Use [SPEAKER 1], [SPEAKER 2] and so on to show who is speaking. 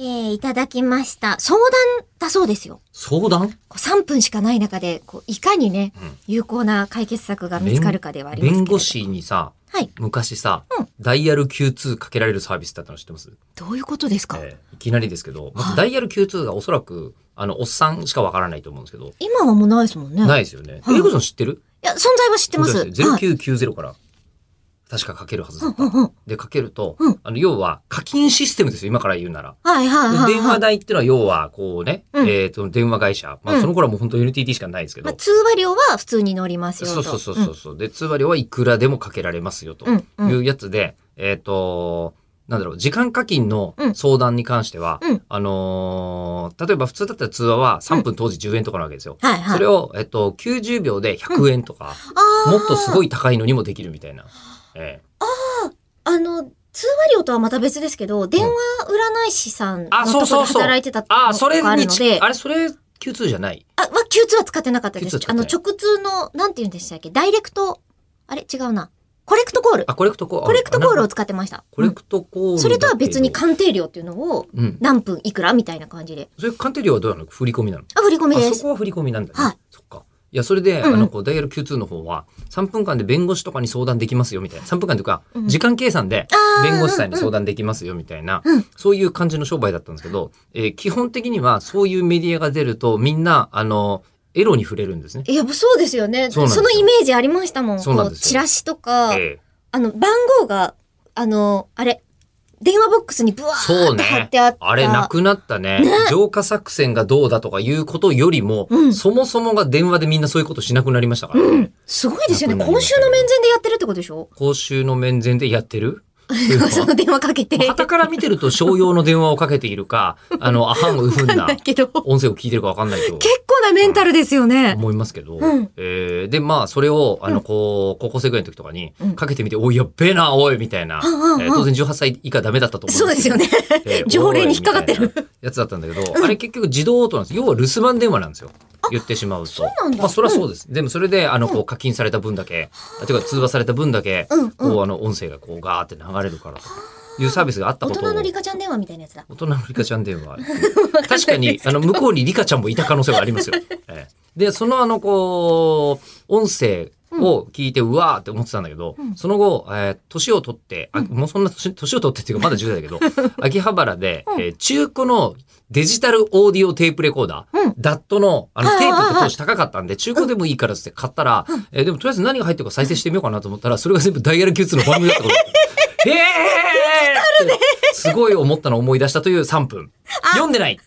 [SPEAKER 1] えー、いただきました。相談だそうですよ。
[SPEAKER 2] 相談
[SPEAKER 1] こう3分しかない中で、こういかにね、有効な解決策が見つかるかではありますけれど
[SPEAKER 2] 弁護。士にさ、
[SPEAKER 1] はい。
[SPEAKER 2] 昔さ、
[SPEAKER 1] うん
[SPEAKER 2] ダイヤル Q2 かけられるサービスだったの知ってます、
[SPEAKER 1] どういうことですか、
[SPEAKER 2] えーいきなりですけど、ま
[SPEAKER 1] はい
[SPEAKER 2] ずダイヤル Q2 がおそらく、あの、おっさんしかわからないと思うんですけど、
[SPEAKER 1] 今はもうないですもんね。。
[SPEAKER 2] ないいですよね。
[SPEAKER 1] はい
[SPEAKER 2] えりこさん知ってる
[SPEAKER 1] や、存在は知ってます。
[SPEAKER 2] そうですよ
[SPEAKER 1] はい。
[SPEAKER 2] 0990から、確かかけるはず
[SPEAKER 1] う
[SPEAKER 2] だ
[SPEAKER 1] ん
[SPEAKER 2] った。
[SPEAKER 1] うんうん。
[SPEAKER 2] で、かけると、
[SPEAKER 1] うん
[SPEAKER 2] あの、要は課金システムですよ、今から言うなら。
[SPEAKER 1] はいはいはい、はい。
[SPEAKER 2] で電話代ってのは要は、こうね、
[SPEAKER 1] うん
[SPEAKER 2] えっ、と、電話会社。ま
[SPEAKER 1] う
[SPEAKER 2] あ、
[SPEAKER 1] ん
[SPEAKER 2] その頃はもう本当 NTT しかないですけど、
[SPEAKER 1] まあ、通話料は普通に乗りますよ
[SPEAKER 2] そ
[SPEAKER 1] と。
[SPEAKER 2] うそうそうそうそう。で、通話料はいくらでもかけられますよと
[SPEAKER 1] うんうん
[SPEAKER 2] いうやつで、えっ、と、なんだろう、時間課金の
[SPEAKER 1] うん
[SPEAKER 2] 相談に関しては、
[SPEAKER 1] うん
[SPEAKER 2] あのー例えば普通だったら通話は3分当時10円とかなわけですよ。
[SPEAKER 1] はいはい。
[SPEAKER 2] それを、えっと、90秒で100円とか、
[SPEAKER 1] あー
[SPEAKER 2] もっとすごい高いのにもできるみたいな。ええ
[SPEAKER 1] あの、通話料とはまた別ですけど、電話占い師さんの
[SPEAKER 2] あ
[SPEAKER 1] と
[SPEAKER 2] そう
[SPEAKER 1] こ
[SPEAKER 2] そう
[SPEAKER 1] で
[SPEAKER 2] そう
[SPEAKER 1] 働いてたと
[SPEAKER 2] ああ、そ
[SPEAKER 1] こ
[SPEAKER 2] れ
[SPEAKER 1] がある
[SPEAKER 2] に
[SPEAKER 1] の
[SPEAKER 2] ち
[SPEAKER 1] で、
[SPEAKER 2] あれ、それ Q2 じゃない。
[SPEAKER 1] あ、まあ、Q2 は使ってなかったです
[SPEAKER 2] Q2 は使っ。て
[SPEAKER 1] あ
[SPEAKER 2] ない
[SPEAKER 1] の、直通の、なんて言うんでしたっけダイレクト、あれ違うな。コレクトコール。
[SPEAKER 2] あ、コレクトコール。
[SPEAKER 1] コレクトコール
[SPEAKER 2] あな
[SPEAKER 1] を
[SPEAKER 2] んか
[SPEAKER 1] 使ってました。
[SPEAKER 2] コレクトコー
[SPEAKER 1] う
[SPEAKER 2] ルだけど。
[SPEAKER 1] んそれとは別に鑑定料っていうのを、
[SPEAKER 2] うん。
[SPEAKER 1] 何分いくらみたいな感じで。
[SPEAKER 2] それ鑑定料はどうなの振り込みなの
[SPEAKER 1] あ、振り込みで
[SPEAKER 2] あそ
[SPEAKER 1] す。
[SPEAKER 2] こは振り込みなんだね。
[SPEAKER 1] はい
[SPEAKER 2] そっか。いや、それで、
[SPEAKER 1] うんうん
[SPEAKER 2] あの、こう、ダイヤル Q2 の方は、3分間で弁護士とかに相談できますよ、みたいな。3分間というか
[SPEAKER 1] う、ん
[SPEAKER 2] 時間計算で
[SPEAKER 1] あ、ー
[SPEAKER 2] 弁護士さんに相談できますよ、みたいな
[SPEAKER 1] うん、
[SPEAKER 2] そういう感じの商売だったんですけど、えー基本的には、そういうメディアが出ると、みんな、あの、エロに触れるんですね。
[SPEAKER 1] いや、そうですよね。
[SPEAKER 2] そ
[SPEAKER 1] そう
[SPEAKER 2] なんですよ
[SPEAKER 1] のイメージありましたもん。
[SPEAKER 2] そうなんですよ
[SPEAKER 1] チラシとか、
[SPEAKER 2] え
[SPEAKER 1] あの、番号が、あの、あれ、電話ボックスにブワ
[SPEAKER 2] ーそ
[SPEAKER 1] ー
[SPEAKER 2] う
[SPEAKER 1] って貼っ
[SPEAKER 2] ね
[SPEAKER 1] てあっ。た。
[SPEAKER 2] あれ、なくなったね。浄化作戦がどうだとかいうことよりも
[SPEAKER 1] う、ん
[SPEAKER 2] そもそもが電話でみんなそういうことしなくなりましたから
[SPEAKER 1] う
[SPEAKER 2] ね
[SPEAKER 1] ん。。すごいですよね。
[SPEAKER 2] なくなりま
[SPEAKER 1] 今
[SPEAKER 2] した
[SPEAKER 1] 週の面前でやってるってことでしょ
[SPEAKER 2] 公衆の面前でやってる
[SPEAKER 1] その電話かけて。
[SPEAKER 2] 旗から見てると商用の電話をかけてい るか、あの、アハンを踏ん
[SPEAKER 1] なん
[SPEAKER 2] だ
[SPEAKER 1] だけど。結
[SPEAKER 2] 音声を聞いてるかわかんないと
[SPEAKER 1] 構なメンタルですよね。
[SPEAKER 2] 思いますけど、
[SPEAKER 1] うん
[SPEAKER 2] えーで、まあ、それを、あ
[SPEAKER 1] う
[SPEAKER 2] の、
[SPEAKER 1] ん
[SPEAKER 2] こう、高校生ぐらいの時とかに
[SPEAKER 1] うん
[SPEAKER 2] かけてみて、おい、やっべえな、おい、みたいな、
[SPEAKER 1] うんうんうん
[SPEAKER 2] えー当然18歳以下ダメだったと思う
[SPEAKER 1] そ
[SPEAKER 2] ん
[SPEAKER 1] うですよ
[SPEAKER 2] けど。
[SPEAKER 1] ね。
[SPEAKER 2] えー
[SPEAKER 1] 条例に引っかかって。
[SPEAKER 2] おい
[SPEAKER 1] る
[SPEAKER 2] みたいなやつだったんだけど、あれ結局自動音なんです。要は留守番電話なんですよ。言ってしまうと。
[SPEAKER 1] そうなんだ
[SPEAKER 2] まあ、それはそうです。でも、それで、あの、こう、課金された分だけ、あていうか、通話された分だけ、
[SPEAKER 1] うんう
[SPEAKER 2] こ
[SPEAKER 1] ん。
[SPEAKER 2] う、あの、音声がこう、ガーって流れるからとか、いうサービスがあった
[SPEAKER 1] 大
[SPEAKER 2] ことを。
[SPEAKER 1] 人のリカちゃん電話みたいなやつだ。
[SPEAKER 2] 大人のリカちゃん電話。確かに、あの、向こうにリカちゃんもいた可能性はありますよ。ええで、そのあの、こう、音声を聞いて、うわーって思ってたんだけど、
[SPEAKER 1] うん
[SPEAKER 2] その後、えー年を取って、あもうそんな年年を取ってっていうかまだ10代だけど、秋葉原で、
[SPEAKER 1] うん
[SPEAKER 2] えー中古のデジタルオーディオテープレコーダー、
[SPEAKER 1] うん
[SPEAKER 2] ダットの、あ
[SPEAKER 1] あ
[SPEAKER 2] の、
[SPEAKER 1] ー
[SPEAKER 2] テープって当時高かったんで、中古でもいいからっつって買ったら、えーでもとりあえず何が入ってるか再生してみようかなと思ったら、それが全部ダイヤル Q2 の番組だっ たこと。えーすごい思ったのを思い出したという3分。読んでない